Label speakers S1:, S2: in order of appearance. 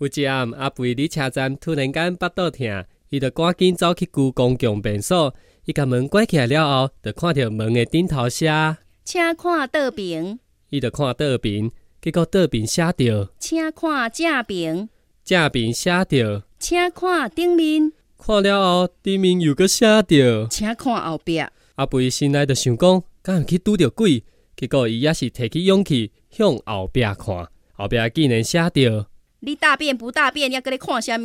S1: 有一暗，阿肥伫车站突然间腹肚疼，伊就赶紧走去旧公共便所。伊甲门关起来了后，就看到门的顶头写，
S2: 请看倒屏，
S1: 伊就看倒边，结果倒边写着
S2: 请看正屏，
S1: 正边写着，
S2: 请看顶面，
S1: 看了后顶面又搁写着。
S2: 请看后壁。
S1: 阿肥心内就想讲，敢有去拄着鬼？结果伊也是提起勇气向后壁看，后壁竟然写着。
S2: 你大便不大便，你还搁咧看啥物？